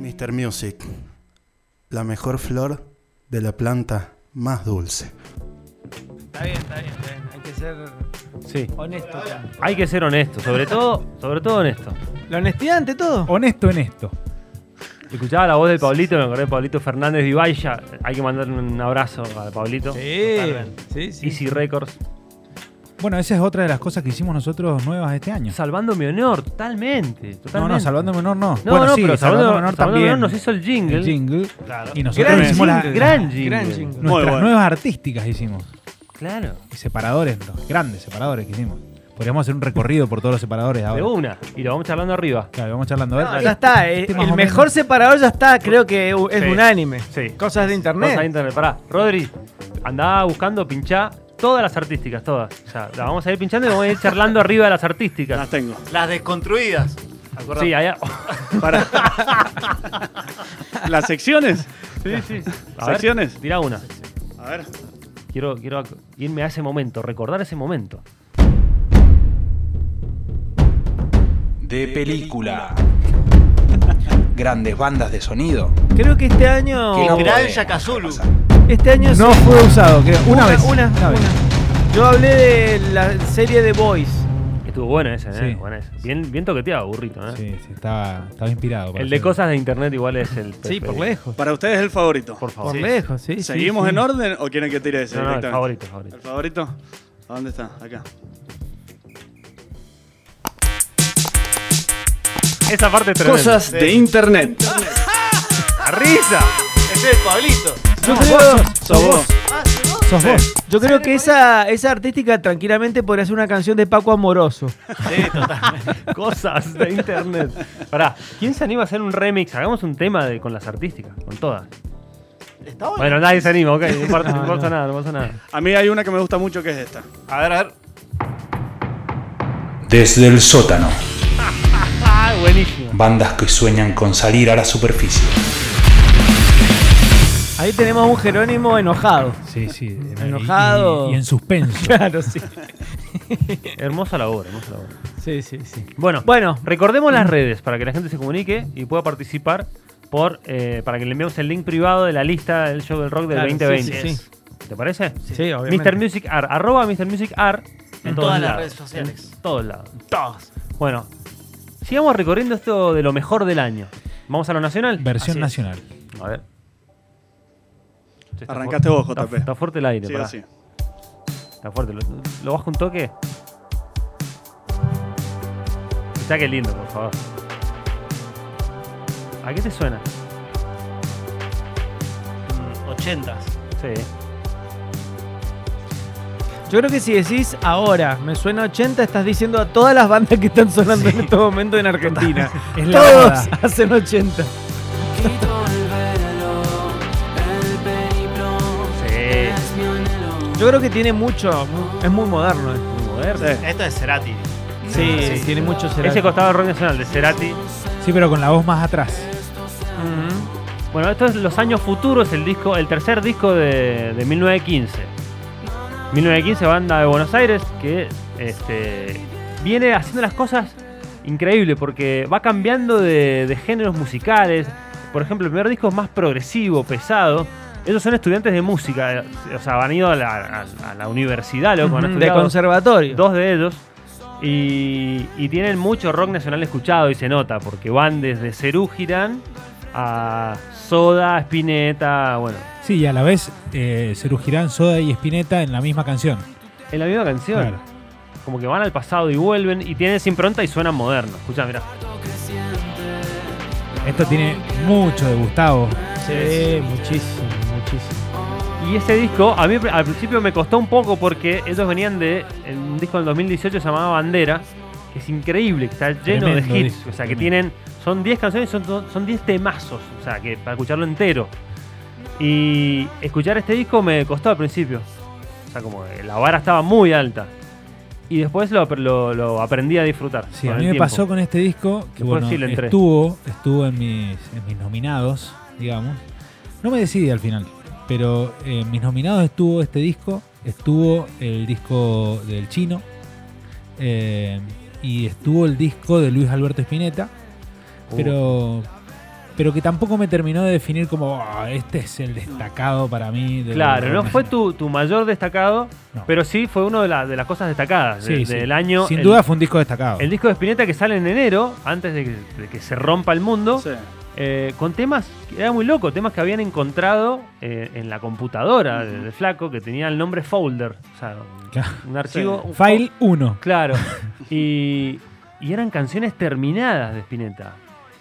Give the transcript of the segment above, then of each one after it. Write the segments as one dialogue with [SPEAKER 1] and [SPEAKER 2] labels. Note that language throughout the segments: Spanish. [SPEAKER 1] Mr. Music, la mejor flor de la planta más dulce.
[SPEAKER 2] Está bien, está bien, está bien. Hay que ser
[SPEAKER 3] Sí.
[SPEAKER 2] honesto.
[SPEAKER 3] Hay que ser honesto, sobre todo, sobre todo honesto.
[SPEAKER 2] La honestidad ante todo.
[SPEAKER 4] Honesto en esto.
[SPEAKER 3] Escuchaba la voz de Pablito, me acordé de Pablito Fernández Vivaya. Hay que mandarle un abrazo a Pablito.
[SPEAKER 2] Sí,
[SPEAKER 3] Total,
[SPEAKER 2] sí, sí.
[SPEAKER 3] Easy Records.
[SPEAKER 4] Bueno, esa es otra de las cosas que hicimos nosotros nuevas este año.
[SPEAKER 3] Salvando mi honor, totalmente. totalmente.
[SPEAKER 4] No, no, Salvando Menor no.
[SPEAKER 3] No,
[SPEAKER 4] bueno,
[SPEAKER 3] no,
[SPEAKER 4] sí,
[SPEAKER 3] pero
[SPEAKER 4] Salvando,
[SPEAKER 3] Salvando- Salvando
[SPEAKER 4] Menor también.
[SPEAKER 3] Menor nos hizo el jingle.
[SPEAKER 4] El jingle.
[SPEAKER 3] Claro.
[SPEAKER 4] Y nosotros
[SPEAKER 2] Gran
[SPEAKER 4] hicimos la-
[SPEAKER 2] jingle.
[SPEAKER 3] gran jingle.
[SPEAKER 2] Gran jingle.
[SPEAKER 4] nuestras
[SPEAKER 1] bueno.
[SPEAKER 4] nuevas artísticas hicimos.
[SPEAKER 3] Claro.
[SPEAKER 4] Y separadores, los grandes separadores que hicimos. Podríamos hacer un recorrido por todos los separadores
[SPEAKER 3] De
[SPEAKER 4] ahora.
[SPEAKER 3] una. Y lo vamos charlando arriba.
[SPEAKER 4] Claro, vamos charlando. A ver,
[SPEAKER 2] No,
[SPEAKER 4] dale.
[SPEAKER 2] ya está, eh,
[SPEAKER 4] Este más
[SPEAKER 2] el
[SPEAKER 4] o menos.
[SPEAKER 2] mejor separador ya está, creo que u- es
[SPEAKER 3] Sí.
[SPEAKER 2] unánime.
[SPEAKER 3] Sí.
[SPEAKER 2] Cosas de internet.
[SPEAKER 3] Vamos a internet. Pará, Rodri, andá buscando, pinchá todas las artísticas, todas. O sea, las vamos a ir pinchando y vamos a ir charlando arriba de las
[SPEAKER 5] Las
[SPEAKER 3] artísticas.
[SPEAKER 5] tengo.
[SPEAKER 6] Las desconstruidas. ¿Acordás?
[SPEAKER 3] Sí, allá.
[SPEAKER 5] Pará. ¿Las secciones?
[SPEAKER 3] sí, sí.
[SPEAKER 5] ¿Secciones?
[SPEAKER 3] Tira una.
[SPEAKER 5] A ver.
[SPEAKER 3] Quiero, quiero ac- irme a ese momento, recordar ese momento.
[SPEAKER 7] De película. Grandes bandas de sonido.
[SPEAKER 2] Creo que este año.
[SPEAKER 7] Que no
[SPEAKER 6] Gran
[SPEAKER 7] podemos
[SPEAKER 6] Yakazulu.
[SPEAKER 7] pasar.
[SPEAKER 2] Este año
[SPEAKER 4] No
[SPEAKER 2] sí-
[SPEAKER 4] fue usado, creo. Una, vez.
[SPEAKER 2] Una,
[SPEAKER 4] vez.
[SPEAKER 2] una. Yo hablé de la serie de Boys.
[SPEAKER 3] Estuvo bueno ese, ¿eh?
[SPEAKER 4] Sí.
[SPEAKER 3] Bueno ese. Bien, bien toqueteado, burrito, ¿eh?
[SPEAKER 4] Sí, sí, estaba, estaba inspirado. para
[SPEAKER 3] El de
[SPEAKER 4] hacer-
[SPEAKER 3] cosas de internet igual es el.
[SPEAKER 2] Sí, por
[SPEAKER 3] preferido.
[SPEAKER 2] lejos.
[SPEAKER 5] Para ustedes el favorito.
[SPEAKER 3] Por
[SPEAKER 2] Por
[SPEAKER 3] favor.
[SPEAKER 2] lejos, sí. sí,
[SPEAKER 5] ¿Seguimos
[SPEAKER 2] sí.
[SPEAKER 5] en orden o quieren que tire ese?
[SPEAKER 3] No, no, el
[SPEAKER 5] directamente?
[SPEAKER 3] favorito, el favorito.
[SPEAKER 5] ¿El favorito? ¿A dónde está? Acá.
[SPEAKER 3] Esa parte es tremenda.
[SPEAKER 5] Cosas de internet.
[SPEAKER 3] ¡La risa!
[SPEAKER 6] Ese es Pablito.
[SPEAKER 2] Yo
[SPEAKER 4] No,
[SPEAKER 2] creo,
[SPEAKER 4] vos sos-
[SPEAKER 5] Sos vos.
[SPEAKER 4] Sos vos.
[SPEAKER 2] yo creo que esa, esa artística tranquilamente podría ser una canción de Paco Amoroso.
[SPEAKER 6] Sí, totalmente.
[SPEAKER 3] Cosas de internet. Pará, ¿quién se anima a hacer un remix? Hagamos un tema de- con las artísticas, con todas.
[SPEAKER 6] Está bueno.
[SPEAKER 3] Bueno, nadie se anima, ok. No importa, no
[SPEAKER 2] No,
[SPEAKER 3] importa
[SPEAKER 2] no.
[SPEAKER 3] nada, no pasa nada.
[SPEAKER 5] A mí hay una que me gusta mucho que es esta.
[SPEAKER 6] A ver, a ver.
[SPEAKER 7] Desde el sótano.
[SPEAKER 3] Ah, buenísimo.
[SPEAKER 7] Bandas que sueñan con salir a la superficie.
[SPEAKER 2] Ahí tenemos un Jerónimo enojado.
[SPEAKER 4] Sí, sí. y-
[SPEAKER 2] Enojado.
[SPEAKER 4] Y, y en suspenso.
[SPEAKER 2] Claro, sí.
[SPEAKER 3] Hermosa labor, hermosa labor.
[SPEAKER 2] Sí, sí, sí.
[SPEAKER 3] Bueno,
[SPEAKER 2] Bueno,
[SPEAKER 3] recordemos las redes para que la gente se comunique y pueda participar por eh, para que le enviemos el link privado de la lista del show del rock del
[SPEAKER 2] Claro, sí,
[SPEAKER 3] 2020.
[SPEAKER 2] sí, sí.
[SPEAKER 3] ¿Te parece?
[SPEAKER 2] sí, obviamente.
[SPEAKER 3] Mr. Music Art, arroba Mr. Music Art en, todos
[SPEAKER 6] En todas las
[SPEAKER 3] lados.
[SPEAKER 6] redes sociales.
[SPEAKER 3] En todos lados.
[SPEAKER 6] Todos.
[SPEAKER 3] Bueno, sigamos recorriendo esto de lo mejor del año. ¿Vamos a lo nacional?
[SPEAKER 4] Versión
[SPEAKER 3] Así es.
[SPEAKER 4] nacional.
[SPEAKER 3] A ver. Che, está
[SPEAKER 5] Arrancaste
[SPEAKER 3] fuerte.
[SPEAKER 5] vos,
[SPEAKER 3] Está-
[SPEAKER 5] JP.
[SPEAKER 3] Está, fuerte el aire,
[SPEAKER 5] Sí,
[SPEAKER 3] pará.
[SPEAKER 5] así.
[SPEAKER 3] Está fuerte. ¿Lo, lo bajo un toque? Está que lindo, por favor. ¿A qué te suena?
[SPEAKER 6] 80.
[SPEAKER 3] Sí.
[SPEAKER 2] Yo creo que si decís ahora, me suena 80, estás diciendo a todas las bandas que están sonando en este momento en Argentina.
[SPEAKER 4] Es la
[SPEAKER 2] Todos
[SPEAKER 4] moda.
[SPEAKER 2] hacen 80.
[SPEAKER 3] Sí.
[SPEAKER 2] Yo creo que tiene mucho, es muy moderno. esto.
[SPEAKER 3] Muy moderno.
[SPEAKER 5] Sí.
[SPEAKER 6] Esto es Cerati.
[SPEAKER 2] Sí, tiene mucho Cerati.
[SPEAKER 3] Ese costado del rock nacional de Cerati.
[SPEAKER 4] Sí, pero con la voz más atrás.
[SPEAKER 2] Ujú.
[SPEAKER 3] Bueno, esto es Los Años Futuros, el disco, el tercer disco de, de 1915. 1915, banda de Buenos Aires, que este, viene haciendo las cosas increíble porque va cambiando de, de géneros musicales. Por ejemplo, el primer disco es más progresivo, pesado. Ellos son estudiantes de música, eh, o sea, han ido a la, a- a la universidad, loco, han
[SPEAKER 2] de
[SPEAKER 3] estudiado
[SPEAKER 2] conservatorio.
[SPEAKER 3] dos de ellos. Y, y tienen mucho rock nacional escuchado y se nota, porque van desde Cerú Girán a Soda, Spinetta, bueno,
[SPEAKER 4] Sí, y a la vez eh, Serú Girán, Soda y Spinetta en la misma canción.
[SPEAKER 3] en la misma canción.
[SPEAKER 4] Claro.
[SPEAKER 3] Como que van al pasado y vuelven y tienen esa impronta y suenan modernos. Escucha, mira.
[SPEAKER 4] Esto tiene mucho de Gustavo.
[SPEAKER 2] Sí, muchísimo, muchísimo.
[SPEAKER 3] Y ese disco, a mí al principio me costó un poco porque ellos venían de un disco del 2018 llamado Bandera, que es increíble, que está lleno
[SPEAKER 4] Tremendo
[SPEAKER 3] de hits.
[SPEAKER 4] disco,
[SPEAKER 3] o sea, que
[SPEAKER 4] tremendo.
[SPEAKER 3] tienen. Son 10 canciones, son, son 10 temazos. O sea, que para escucharlo entero. Y escuchar este disco me costó al principio. O sea, como que la vara estaba muy alta. Y después lo, lo- lo aprendí a disfrutar.
[SPEAKER 4] Sí,
[SPEAKER 3] con
[SPEAKER 4] a
[SPEAKER 3] el
[SPEAKER 4] mí me
[SPEAKER 3] tiempo.
[SPEAKER 4] pasó con este disco que
[SPEAKER 3] Después
[SPEAKER 4] bueno,
[SPEAKER 3] sí le entré.
[SPEAKER 4] estuvo, estuvo en mis, en mis nominados, digamos. No me decidí al final, pero en mis nominados estuvo este disco, estuvo el disco del chino eh, y estuvo el disco de Luis Alberto Spinetta,
[SPEAKER 3] Uh,
[SPEAKER 4] pero pero que tampoco me terminó de definir como "Ah, este es el destacado para mí. de-
[SPEAKER 3] Claro,
[SPEAKER 4] de-
[SPEAKER 3] no fue tu, tu mayor destacado,
[SPEAKER 4] No.
[SPEAKER 3] pero sí fue una de, la- de las cosas destacadas de-
[SPEAKER 4] Sí, sí.
[SPEAKER 3] del año.
[SPEAKER 4] Sin
[SPEAKER 3] el,
[SPEAKER 4] duda fue un disco destacado.
[SPEAKER 3] El disco de Spinetta que sale en enero, antes de que, de que se rompa el mundo,
[SPEAKER 5] Sí.
[SPEAKER 3] eh, con temas que era muy loco, temas que habían encontrado eh, en la computadora de- del flaco que tenía el nombre folder, o sea,
[SPEAKER 4] Claro.
[SPEAKER 3] un archivo. un
[SPEAKER 4] File 1.
[SPEAKER 3] Claro. Y, y eran canciones terminadas de Spinetta.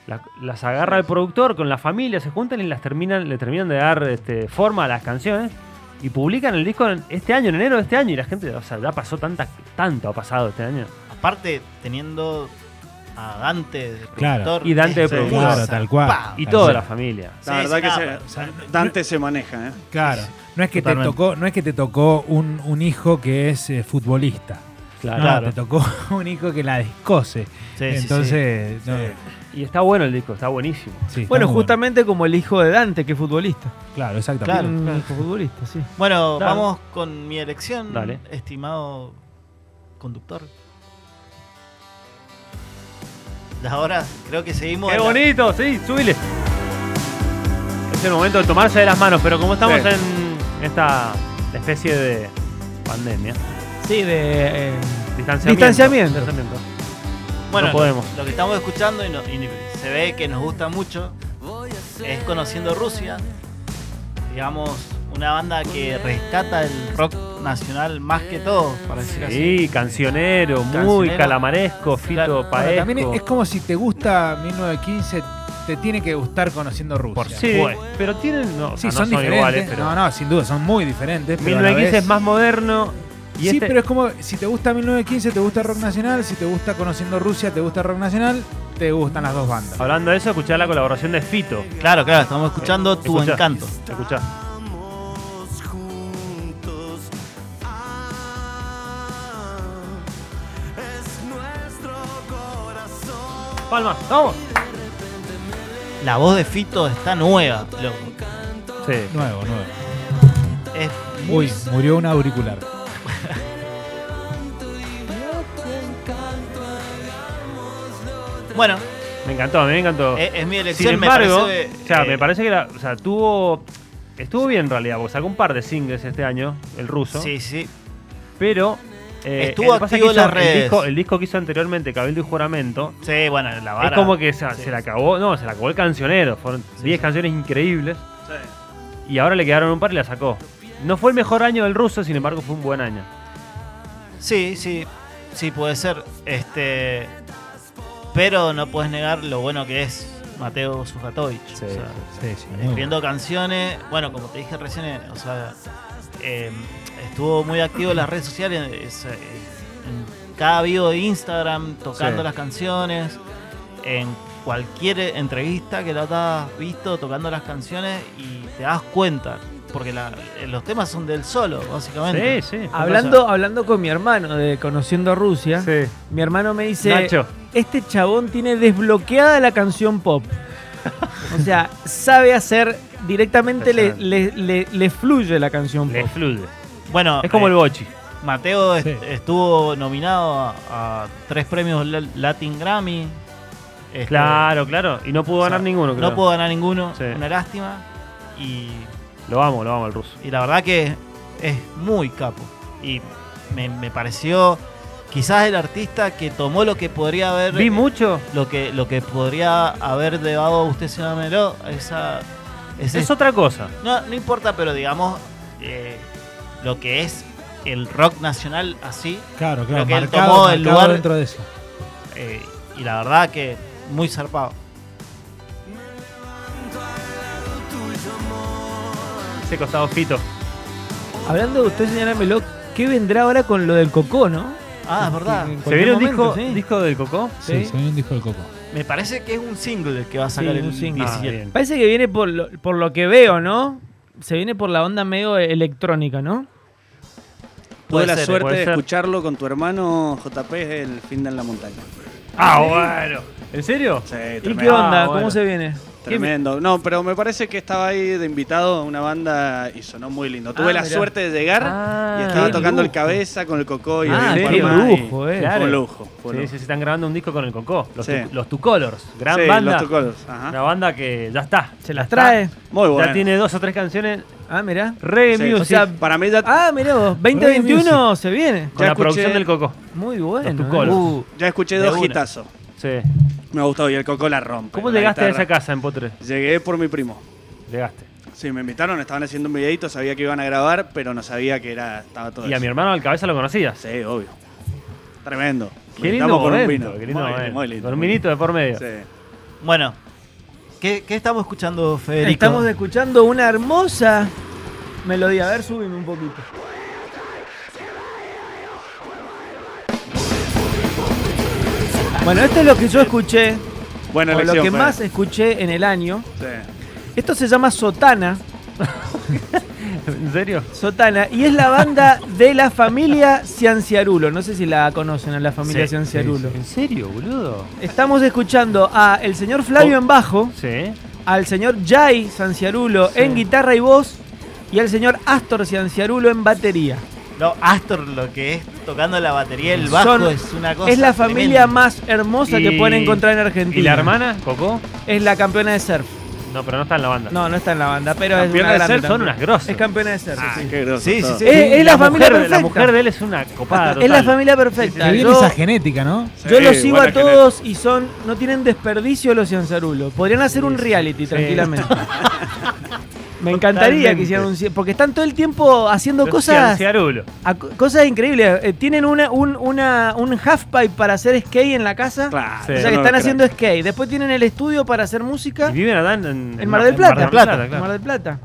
[SPEAKER 3] La- las agarra el productor con la familia, se juntan y las terminan, le terminan de dar este, forma a las canciones. Y publican el disco en- este año, en enero de este año. Y la gente, o sea, ya pasó tanta, tanto ha pasado este año.
[SPEAKER 6] Aparte, teniendo a Dante de productor.
[SPEAKER 4] Claro.
[SPEAKER 3] Y Dante de
[SPEAKER 6] Sí,
[SPEAKER 3] productor.
[SPEAKER 6] una
[SPEAKER 4] Claro, tal cual.
[SPEAKER 6] zarpada.
[SPEAKER 3] Y
[SPEAKER 4] Tal
[SPEAKER 3] toda
[SPEAKER 4] cual.
[SPEAKER 3] la familia.
[SPEAKER 6] Sí,
[SPEAKER 5] La verdad
[SPEAKER 6] sí,
[SPEAKER 5] que
[SPEAKER 6] ah,
[SPEAKER 5] se-
[SPEAKER 6] bueno, o sea,
[SPEAKER 5] Dante se maneja, ¿eh?
[SPEAKER 4] Claro. No es que
[SPEAKER 6] Totalmente.
[SPEAKER 4] te tocó, no es que te tocó un, un hijo que es eh, futbolista.
[SPEAKER 3] Claro.
[SPEAKER 4] No, te tocó un hico que la descose.
[SPEAKER 6] sí, sí, sí.
[SPEAKER 4] Entonces, no,
[SPEAKER 3] Y está bueno el disco, está buenísimo.
[SPEAKER 4] sí, está
[SPEAKER 2] Bueno,
[SPEAKER 4] muy
[SPEAKER 2] justamente como el hijo de Dante, que es futbolista.
[SPEAKER 4] Claro, exactamente.
[SPEAKER 6] Claro,
[SPEAKER 2] Tiene un
[SPEAKER 6] claro.
[SPEAKER 2] hijo futbolista, sí.
[SPEAKER 6] Bueno,
[SPEAKER 3] Claro.
[SPEAKER 6] vamos con mi elección,
[SPEAKER 3] Dale.
[SPEAKER 6] estimado conductor. Y Ahora creo que seguimos.
[SPEAKER 3] ¡Qué
[SPEAKER 6] en la-
[SPEAKER 3] bonito! Sí, súbile. Es el momento de tomarse de las manos, pero como estamos
[SPEAKER 5] Sí.
[SPEAKER 3] en esta especie de pandemia,
[SPEAKER 2] Sí, de. eh,
[SPEAKER 3] distanciamiento.
[SPEAKER 2] Distanciamiento.
[SPEAKER 3] distanciamiento.
[SPEAKER 6] Bueno,
[SPEAKER 3] no podemos.
[SPEAKER 6] Lo, que estamos escuchando y, no- y se ve que nos gusta mucho es Conociendo Rusia. Digamos, una banda que rescata el rock nacional más que todo, para decir así.
[SPEAKER 3] Sí, cancionero, muy
[SPEAKER 6] Cancionero.
[SPEAKER 3] calamaresco, fito
[SPEAKER 6] Claro.
[SPEAKER 4] Bueno,
[SPEAKER 3] paesco.
[SPEAKER 4] también es como si te gusta 1915, te tiene que gustar conociendo Rusia.
[SPEAKER 6] Por
[SPEAKER 3] Sí,
[SPEAKER 6] Bueno.
[SPEAKER 3] pero tienen. No, o
[SPEAKER 4] Sí,
[SPEAKER 3] sea, no
[SPEAKER 4] son, diferentes.
[SPEAKER 3] iguales, pero.
[SPEAKER 4] No, no, sin duda, son muy diferentes. pero a la
[SPEAKER 3] 1915
[SPEAKER 4] vez-
[SPEAKER 3] es más moderno. Y
[SPEAKER 4] sí,
[SPEAKER 3] este-
[SPEAKER 4] pero es como si te gusta 1915, te gusta rock nacional. Si te gusta conociendo Rusia, te gusta rock nacional. Te gustan las dos bandas.
[SPEAKER 3] Hablando de eso, escuchá la colaboración de Fito.
[SPEAKER 6] Claro, claro, estamos escuchando Tu
[SPEAKER 3] Eh, Escuchá,
[SPEAKER 6] Encanto.
[SPEAKER 3] Escuchá. Palmas, vamos.
[SPEAKER 6] La voz de Fito está nueva, loco.
[SPEAKER 3] Sí.
[SPEAKER 4] Nuevo, nuevo.
[SPEAKER 6] Es
[SPEAKER 4] Uy, murió un auricular.
[SPEAKER 6] Bueno,
[SPEAKER 3] Me encantó, a mí me encantó.
[SPEAKER 6] es, es mi elección.
[SPEAKER 3] Oh. Sin embargo,
[SPEAKER 6] Eh, me parece,
[SPEAKER 3] o sea,
[SPEAKER 6] eh,
[SPEAKER 3] me parece que era, o sea, tuvo estuvo bien en realidad, porque sacó un par de singles este año, el ruso,
[SPEAKER 6] Sí, sí.
[SPEAKER 3] pero eh,
[SPEAKER 6] Estuvo
[SPEAKER 3] lo que pasa
[SPEAKER 6] activo
[SPEAKER 3] es que hizo-
[SPEAKER 6] en las
[SPEAKER 3] El
[SPEAKER 6] redes.
[SPEAKER 3] disco, el disco que hizo anteriormente, Cabildo y Juramento,
[SPEAKER 6] Sí, bueno, la vara.
[SPEAKER 3] es como que se,
[SPEAKER 6] Sí.
[SPEAKER 3] se le acabó, no, se le acabó el cancionero, fueron 10 canciones increíbles
[SPEAKER 5] Sí.
[SPEAKER 3] y ahora le quedaron un par y la sacó. No fue el mejor año del ruso, sin embargo fue un buen año.
[SPEAKER 6] Sí, sí, sí puede ser. Este, pero no puedes negar lo bueno que es Mateo Sujatovich. o sea,
[SPEAKER 4] Sí, sí, muy bueno.
[SPEAKER 6] escribiendo canciones. Bueno, como te dije recién, eh, o sea, eh, estuvo muy activo en las redes sociales. es, eh, en cada video de Instagram, tocando
[SPEAKER 3] Sí.
[SPEAKER 6] las canciones. En cualquier entrevista que lo has visto, tocando las canciones y te das cuenta. Porque la- eh, los temas son del solo, básicamente.
[SPEAKER 3] Sí, sí.
[SPEAKER 2] Hablando, hablando con mi hermano de Conociendo a Rusia,
[SPEAKER 3] Sí.
[SPEAKER 2] mi hermano me dice:
[SPEAKER 3] Nacho,
[SPEAKER 2] Este chabón tiene desbloqueada la canción pop. O sea, sabe hacer directamente, le, le- le- le fluye la canción
[SPEAKER 3] le
[SPEAKER 2] pop.
[SPEAKER 3] fluye.
[SPEAKER 6] Bueno,
[SPEAKER 3] Es como
[SPEAKER 6] eh,
[SPEAKER 3] el bochi.
[SPEAKER 6] Mateo est-
[SPEAKER 4] Sí.
[SPEAKER 6] estuvo nominado a, a tres premios La- Latin Grammy. Este,
[SPEAKER 3] Claro, claro. Y no pudo
[SPEAKER 6] o sea,
[SPEAKER 3] ganar ninguno, creo.
[SPEAKER 6] No pudo ganar ninguno,
[SPEAKER 3] Sí.
[SPEAKER 6] una lástima. Y,
[SPEAKER 3] Lo amo, lo amo al ruso.
[SPEAKER 6] y la verdad que es muy capo. Y me, me pareció quizás el artista que tomó lo que podría haber
[SPEAKER 3] Vi mucho.
[SPEAKER 6] lo que lo que podría haber llevado usted se llamarlo esa ese
[SPEAKER 3] Es otra cosa.
[SPEAKER 6] no, no importa, pero digamos eh, lo que es el rock nacional así
[SPEAKER 4] Claro,
[SPEAKER 6] Creo
[SPEAKER 4] claro.
[SPEAKER 6] que él
[SPEAKER 4] marcado-
[SPEAKER 6] tomó el
[SPEAKER 4] marcado
[SPEAKER 6] lugar-
[SPEAKER 4] dentro de eso.
[SPEAKER 6] Eh, y la verdad que muy zarpado.
[SPEAKER 3] Ese costado fito.
[SPEAKER 2] Hablando de usted, señora Melo, ¿qué vendrá ahora con lo del cocó, no?
[SPEAKER 6] Ah, es verdad.
[SPEAKER 2] En
[SPEAKER 3] ¿Se viene un
[SPEAKER 2] cualquier
[SPEAKER 3] disco,
[SPEAKER 2] momento, sí.
[SPEAKER 3] disco del Cocó?
[SPEAKER 4] Sí,
[SPEAKER 2] Sí.
[SPEAKER 4] se vio un disco del coco.
[SPEAKER 6] Me parece que es un single que va a
[SPEAKER 2] Sí,
[SPEAKER 6] sacar
[SPEAKER 2] un
[SPEAKER 6] el
[SPEAKER 2] single.
[SPEAKER 3] Ah,
[SPEAKER 6] 17.
[SPEAKER 3] bien.
[SPEAKER 2] Parece que viene por lo, por lo que veo, ¿no? Se viene por la onda medio electrónica, ¿no?
[SPEAKER 5] Tuve
[SPEAKER 6] Puede
[SPEAKER 5] la
[SPEAKER 6] ser,
[SPEAKER 5] suerte
[SPEAKER 3] puede
[SPEAKER 5] de
[SPEAKER 3] ser.
[SPEAKER 5] escucharlo con tu hermano JP el fin de en la montaña.
[SPEAKER 3] Ah, bueno. ¿En serio?
[SPEAKER 5] Sí,
[SPEAKER 2] ¿Y
[SPEAKER 5] tremendo.
[SPEAKER 2] qué onda?
[SPEAKER 3] Ah, bueno.
[SPEAKER 2] ¿Cómo se viene?
[SPEAKER 5] Tremendo. No, pero me parece que estaba ahí de invitado a una banda y sonó muy lindo. Tuve
[SPEAKER 2] Ah,
[SPEAKER 5] la
[SPEAKER 2] mirá.
[SPEAKER 5] suerte de llegar
[SPEAKER 3] Ah,
[SPEAKER 5] y estaba
[SPEAKER 3] qué
[SPEAKER 5] tocando el
[SPEAKER 3] lujo.
[SPEAKER 5] cabeza con el cocó y
[SPEAKER 3] Ah,
[SPEAKER 5] el
[SPEAKER 3] qué
[SPEAKER 5] Parma y-
[SPEAKER 2] lujo, eh.
[SPEAKER 5] Fue
[SPEAKER 3] Claro.
[SPEAKER 5] un lujo. fue un
[SPEAKER 3] Sí,
[SPEAKER 5] lujo.
[SPEAKER 3] sí, sí, están grabando un disco con el Cocó. Los,
[SPEAKER 5] Sí.
[SPEAKER 3] tu- los Two Colors. Gran
[SPEAKER 5] Sí,
[SPEAKER 3] banda.
[SPEAKER 5] Los Two Colors, ajá.
[SPEAKER 3] Una banda que ya está.
[SPEAKER 2] Se
[SPEAKER 3] ya
[SPEAKER 2] las
[SPEAKER 3] está.
[SPEAKER 2] trae.
[SPEAKER 5] Muy bueno.
[SPEAKER 3] Ya tiene dos o tres canciones.
[SPEAKER 2] Ah, mirá.
[SPEAKER 3] Reggae
[SPEAKER 5] Sí,
[SPEAKER 3] Music.
[SPEAKER 5] o sea, para mí ya,
[SPEAKER 2] Ah, mirá vos. 2021 se viene.
[SPEAKER 3] con
[SPEAKER 5] ya
[SPEAKER 3] la
[SPEAKER 5] escuché-
[SPEAKER 3] producción del Cocó.
[SPEAKER 2] Muy
[SPEAKER 3] Los
[SPEAKER 2] bueno.
[SPEAKER 3] Two
[SPEAKER 2] eh.
[SPEAKER 3] Colors.
[SPEAKER 2] Uh,
[SPEAKER 5] ya escuché
[SPEAKER 3] de
[SPEAKER 5] dos
[SPEAKER 3] una.
[SPEAKER 5] hitazos.
[SPEAKER 3] Sí.
[SPEAKER 5] Me ha gustado y el cocó la rompe.
[SPEAKER 3] ¿Cómo
[SPEAKER 5] con la
[SPEAKER 3] llegaste a
[SPEAKER 5] guitarra.
[SPEAKER 3] esa casa en Potre?
[SPEAKER 5] Llegué por mi primo.
[SPEAKER 3] Llegaste.
[SPEAKER 5] Sí, me invitaron, estaban haciendo un videito, sabía que iban a grabar, pero no sabía que era estaba todo
[SPEAKER 3] Y a
[SPEAKER 5] eso.
[SPEAKER 3] mi hermano al cabeza lo conocías.
[SPEAKER 5] Sí, obvio. Tremendo.
[SPEAKER 3] Qué lindo
[SPEAKER 5] Brindamos por un
[SPEAKER 3] momento.
[SPEAKER 5] vino.
[SPEAKER 3] Qué lindo
[SPEAKER 5] Muy lindo,
[SPEAKER 3] momento.
[SPEAKER 5] muy lindo.
[SPEAKER 3] Con un vinito de por medio.
[SPEAKER 5] Sí.
[SPEAKER 6] Bueno, ¿qué, qué estamos escuchando, Federico?
[SPEAKER 2] estamos escuchando una hermosa melodía. A ver, súbeme un poquito. Bueno, esto es lo que yo escuché,
[SPEAKER 5] Buena
[SPEAKER 2] o lo
[SPEAKER 5] elección.
[SPEAKER 2] que
[SPEAKER 5] Fer.
[SPEAKER 2] más escuché en el año.
[SPEAKER 5] Sí.
[SPEAKER 2] Esto se llama Sotana.
[SPEAKER 3] ¿En serio?
[SPEAKER 2] Sotana, y es la banda de la familia Cianciarulo. No sé si la conocen a la familia
[SPEAKER 3] Sí,
[SPEAKER 2] Cianciarulo.
[SPEAKER 3] ¿En serio, boludo?
[SPEAKER 2] Estamos escuchando a el señor Flavio
[SPEAKER 3] Oh.
[SPEAKER 2] en bajo,
[SPEAKER 3] Sí.
[SPEAKER 2] al señor Jai Cianciarulo en guitarra y voz, y al señor Astor Cianciarulo en batería.
[SPEAKER 6] No, Astor, lo que es tocando la batería, el bajo
[SPEAKER 2] Son-
[SPEAKER 6] es una cosa.
[SPEAKER 2] es la familia
[SPEAKER 6] tremenda.
[SPEAKER 2] más hermosa que
[SPEAKER 3] Y-
[SPEAKER 2] pueden encontrar en Argentina.
[SPEAKER 3] ¿Y la hermana, Cocó?
[SPEAKER 2] Es la campeona de surf.
[SPEAKER 3] No, pero no está en la banda.
[SPEAKER 2] No, no está en la banda, pero es
[SPEAKER 5] Campeona
[SPEAKER 2] una
[SPEAKER 5] de
[SPEAKER 2] grande
[SPEAKER 5] surf
[SPEAKER 2] también.
[SPEAKER 3] Son unas Ah. grosas.
[SPEAKER 2] Es campeona de surf, sí.
[SPEAKER 5] Ah, Qué groso
[SPEAKER 6] Sí, sí,
[SPEAKER 5] todo.
[SPEAKER 6] sí.
[SPEAKER 2] Eh, es la familia
[SPEAKER 3] mujer,
[SPEAKER 2] perfecta.
[SPEAKER 3] la mujer de él es una copada.
[SPEAKER 2] es la
[SPEAKER 3] Ah, total.
[SPEAKER 2] familia
[SPEAKER 4] Qué
[SPEAKER 2] perfecta.
[SPEAKER 4] bien
[SPEAKER 2] Yo-
[SPEAKER 4] esa genética, ¿no?
[SPEAKER 2] Yo
[SPEAKER 5] Sí,
[SPEAKER 2] los sigo
[SPEAKER 5] buena
[SPEAKER 2] a todos y son no tienen desperdicio los Cianzarulo. Podrían hacer un reality
[SPEAKER 3] sí.
[SPEAKER 2] tranquilamente. Me encantaría que hicieran un ci- porque están todo el tiempo haciendo
[SPEAKER 3] Los
[SPEAKER 2] cosas
[SPEAKER 3] Cianciarulo.
[SPEAKER 2] a- cosas increíbles. Eh, tienen una un una un half pipe para hacer skate en la casa.
[SPEAKER 5] Claro,
[SPEAKER 3] Sí.
[SPEAKER 2] O
[SPEAKER 5] no,
[SPEAKER 2] sea que
[SPEAKER 5] no,
[SPEAKER 2] están
[SPEAKER 5] crack.
[SPEAKER 2] haciendo skate. Después tienen el estudio para hacer música
[SPEAKER 3] Y viven allá en, en-
[SPEAKER 2] en Mar del Plata.
[SPEAKER 3] Mar del Plata,
[SPEAKER 2] En
[SPEAKER 3] claro.
[SPEAKER 2] Mar del Plata.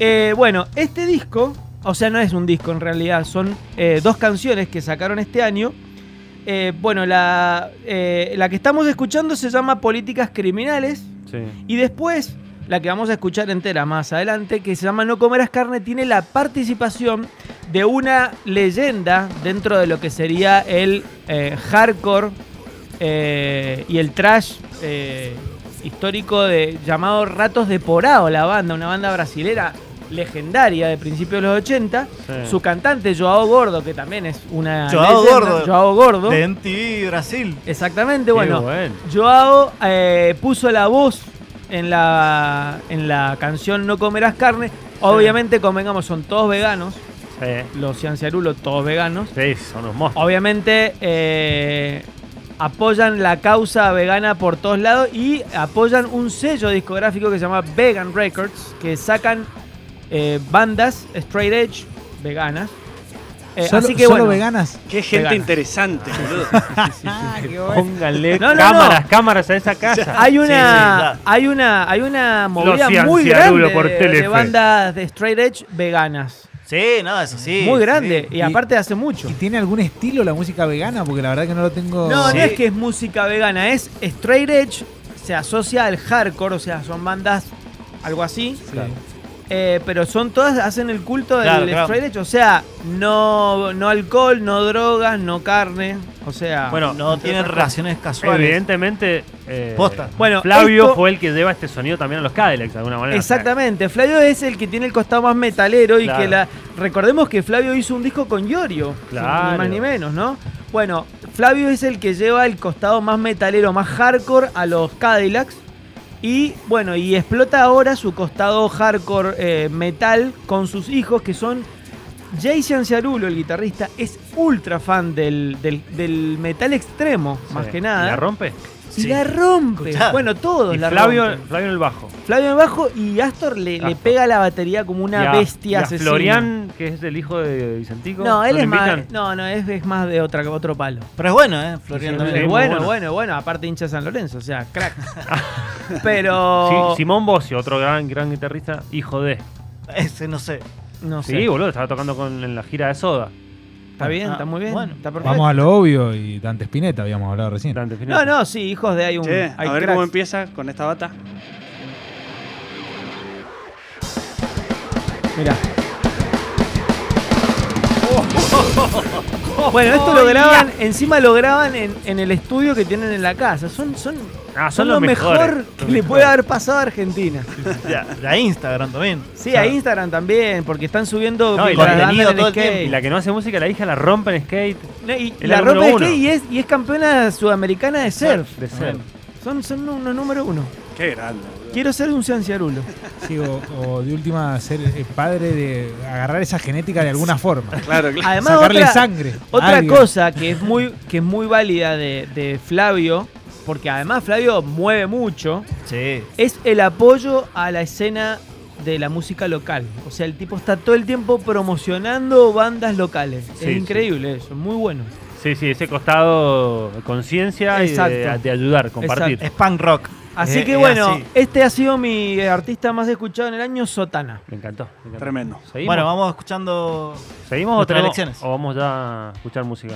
[SPEAKER 2] Eh, bueno, este disco, o sea, no es un disco en realidad, son eh, dos canciones que sacaron este año. Eh, bueno, la, eh, la que estamos escuchando se llama Políticas Criminales
[SPEAKER 3] Sí.
[SPEAKER 2] y después la que vamos a escuchar entera más adelante, que se llama No comerás carne, tiene la participación de una leyenda dentro de lo que sería el eh, hardcore eh, y el trash eh, histórico de, llamado Ratos de Porao, la banda, una banda brasilera legendaria de principios de los 80.
[SPEAKER 3] Sí.
[SPEAKER 2] Su cantante, Joao Gordo, que también es una
[SPEAKER 6] Joao
[SPEAKER 2] leyenda,
[SPEAKER 6] Gordo.
[SPEAKER 2] Joao Gordo.
[SPEAKER 6] De MTV Brasil.
[SPEAKER 2] Exactamente,
[SPEAKER 3] Qué
[SPEAKER 2] bueno. Joao eh, puso la voz en la, en la canción No comerás carne. Obviamente, convengamos, son todos veganos.
[SPEAKER 3] Sí.
[SPEAKER 2] Los cianciarulos, todos veganos.
[SPEAKER 3] Sí, son unos monstruos.
[SPEAKER 2] Obviamente, eh, apoyan la causa vegana por todos lados y apoyan un sello discográfico que se llama Vegan Records, que sacan eh, bandas straight edge veganas. Eh,
[SPEAKER 4] solo
[SPEAKER 2] así que
[SPEAKER 4] solo
[SPEAKER 2] bueno.
[SPEAKER 4] veganas.
[SPEAKER 5] Qué gente
[SPEAKER 2] Vegana.
[SPEAKER 5] interesante, boludo.
[SPEAKER 3] Pónganle
[SPEAKER 2] No, no, no.
[SPEAKER 3] cámaras, cámaras a esa casa.
[SPEAKER 2] Hay una,
[SPEAKER 6] Sí, sí, da.
[SPEAKER 2] hay una, hay una movida
[SPEAKER 3] Los
[SPEAKER 2] muy
[SPEAKER 3] Cianciarulo
[SPEAKER 2] grande
[SPEAKER 3] por
[SPEAKER 2] de- de
[SPEAKER 3] Telefe.
[SPEAKER 2] bandas de straight edge veganas.
[SPEAKER 6] Sí, no, eso sí.
[SPEAKER 2] muy
[SPEAKER 6] sí.
[SPEAKER 2] grande y,
[SPEAKER 4] Y-
[SPEAKER 2] aparte hace mucho.
[SPEAKER 4] ¿Y tiene algún estilo la música vegana? Porque la verdad que no lo tengo.
[SPEAKER 2] No,
[SPEAKER 6] Sí.
[SPEAKER 2] no es que es música vegana, es straight edge. Se asocia al hardcore, o sea, son bandas algo así.
[SPEAKER 4] Claro.
[SPEAKER 2] Eh, pero son todas, hacen el culto del
[SPEAKER 6] Claro, claro.
[SPEAKER 2] straight edge. O sea, no, no alcohol, no drogas, no carne. O sea,
[SPEAKER 3] Bueno,
[SPEAKER 6] No tienen relaciones casuales.
[SPEAKER 3] Evidentemente, eh,
[SPEAKER 6] Posta.
[SPEAKER 2] Bueno,
[SPEAKER 3] Flavio
[SPEAKER 2] esto-
[SPEAKER 3] fue el que lleva este sonido también a los Cadillacs de alguna manera.
[SPEAKER 2] Exactamente, Flavio es el que tiene el costado más metalero y
[SPEAKER 3] Claro.
[SPEAKER 2] que la. Recordemos que Flavio hizo un disco con Yorio,
[SPEAKER 3] Claro.
[SPEAKER 2] ni más ni menos, ¿no? Bueno, Flavio es el que lleva el costado más metalero, más hardcore a los Cadillacs. Y bueno, y explota ahora su costado hardcore eh, metal con sus hijos que son. Jason Ciarulo, el guitarrista, es ultra fan del, del- del metal extremo,
[SPEAKER 3] Sí.
[SPEAKER 2] más que
[SPEAKER 3] ¿Y ¿La
[SPEAKER 2] nada.
[SPEAKER 3] rompe?
[SPEAKER 2] Y
[SPEAKER 6] Sí.
[SPEAKER 2] la rompe.
[SPEAKER 6] Escuchá.
[SPEAKER 2] Bueno, todos
[SPEAKER 3] Y
[SPEAKER 2] la
[SPEAKER 3] Flavio,
[SPEAKER 2] rompen.
[SPEAKER 3] Flavio en el bajo.
[SPEAKER 2] Flavio en bajo y Astor le, le
[SPEAKER 3] Astor.
[SPEAKER 2] pega la batería como una
[SPEAKER 3] Y a-
[SPEAKER 2] bestia
[SPEAKER 3] y a
[SPEAKER 2] asesina.
[SPEAKER 3] Florian, que es el hijo de Vicentico.
[SPEAKER 2] No, él
[SPEAKER 3] lo
[SPEAKER 2] es más,
[SPEAKER 3] invitan?
[SPEAKER 2] no, no, es, es más de otra, otro palo.
[SPEAKER 6] Pero es bueno, ¿eh? Florian
[SPEAKER 3] Sí,
[SPEAKER 6] también.
[SPEAKER 3] sí,
[SPEAKER 2] bueno,
[SPEAKER 3] muy
[SPEAKER 2] bueno,
[SPEAKER 3] bueno.
[SPEAKER 2] bueno, aparte hincha de San Lorenzo, o sea, crack. Pero
[SPEAKER 3] Sí, Simón Bosio, otro gran, gran guitarrista, hijo de.
[SPEAKER 6] Ese no sé.
[SPEAKER 2] no
[SPEAKER 3] Sí,
[SPEAKER 2] sé,
[SPEAKER 3] boludo, estaba tocando con, en la gira de Soda.
[SPEAKER 2] está bien, está muy bien,
[SPEAKER 6] Ah, Bueno,
[SPEAKER 2] está perfecto.
[SPEAKER 4] Vamos a lo obvio y Dante Spinetta habíamos hablado recién.
[SPEAKER 3] Dante Spinetta.
[SPEAKER 2] No, no, sí, hijos de hay un
[SPEAKER 5] Che,
[SPEAKER 2] hay
[SPEAKER 5] a ver
[SPEAKER 2] cracks.
[SPEAKER 5] cómo empieza con esta bata.
[SPEAKER 2] Mirá. Bueno, esto lo graban, encima lo graban en, en el estudio que tienen en la casa. Son, son,
[SPEAKER 3] Ah,
[SPEAKER 2] son lo mejor que
[SPEAKER 3] mejores, los
[SPEAKER 2] le
[SPEAKER 3] mejores.
[SPEAKER 2] puede haber pasado a Argentina.
[SPEAKER 6] La, la Instagram también.
[SPEAKER 2] Sí, a Instagram también, porque están subiendo
[SPEAKER 3] No, y
[SPEAKER 2] mientras
[SPEAKER 3] la-
[SPEAKER 2] andan en
[SPEAKER 6] todo el
[SPEAKER 2] skate.
[SPEAKER 6] tiempo,
[SPEAKER 3] Y la que no hace música, la hija la rompe en skate.
[SPEAKER 2] No, y
[SPEAKER 3] el
[SPEAKER 2] la
[SPEAKER 3] número
[SPEAKER 2] ropa de
[SPEAKER 3] uno.
[SPEAKER 2] skate y es, y es campeona sudamericana de surf.
[SPEAKER 3] De surf.
[SPEAKER 2] Son, son unos número uno.
[SPEAKER 5] Qué grande, boludo.
[SPEAKER 2] Quiero ser un Cianciarulo.
[SPEAKER 4] Sí, o, o de última ser eh, padre de agarrar esa genética de alguna forma.
[SPEAKER 5] Claro, claro.
[SPEAKER 2] Además,
[SPEAKER 4] sacarle
[SPEAKER 2] otra,
[SPEAKER 4] sangre. a
[SPEAKER 2] Otra
[SPEAKER 4] alguien.
[SPEAKER 2] cosa que es muy, que es muy válida de, de Flavio, porque además Flavio mueve mucho,
[SPEAKER 6] Sí.
[SPEAKER 2] es el apoyo a la escena de la música local. O sea, el tipo está todo el tiempo promocionando bandas locales.
[SPEAKER 3] Sí,
[SPEAKER 2] es increíble eso, muy bueno.
[SPEAKER 3] Sí, sí, ese costado de conciencia y de,
[SPEAKER 2] Exacto.
[SPEAKER 3] de ayudar, compartir.
[SPEAKER 6] Es punk rock.
[SPEAKER 2] Así
[SPEAKER 6] Eh,
[SPEAKER 2] que
[SPEAKER 6] eh,
[SPEAKER 2] bueno,
[SPEAKER 6] así.
[SPEAKER 2] este ha sido mi artista más escuchado en el año, Sotana.
[SPEAKER 3] Me encantó. me encantó.
[SPEAKER 5] Tremendo.
[SPEAKER 3] ¿Seguimos?
[SPEAKER 6] Bueno, vamos escuchando.
[SPEAKER 3] ¿Seguimos o,
[SPEAKER 6] nuestras
[SPEAKER 3] tenemos-
[SPEAKER 6] elecciones.
[SPEAKER 3] o vamos ya a escuchar música?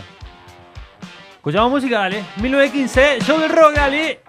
[SPEAKER 3] Escuchamos música, dale. 1915, Joe del Rock, dale.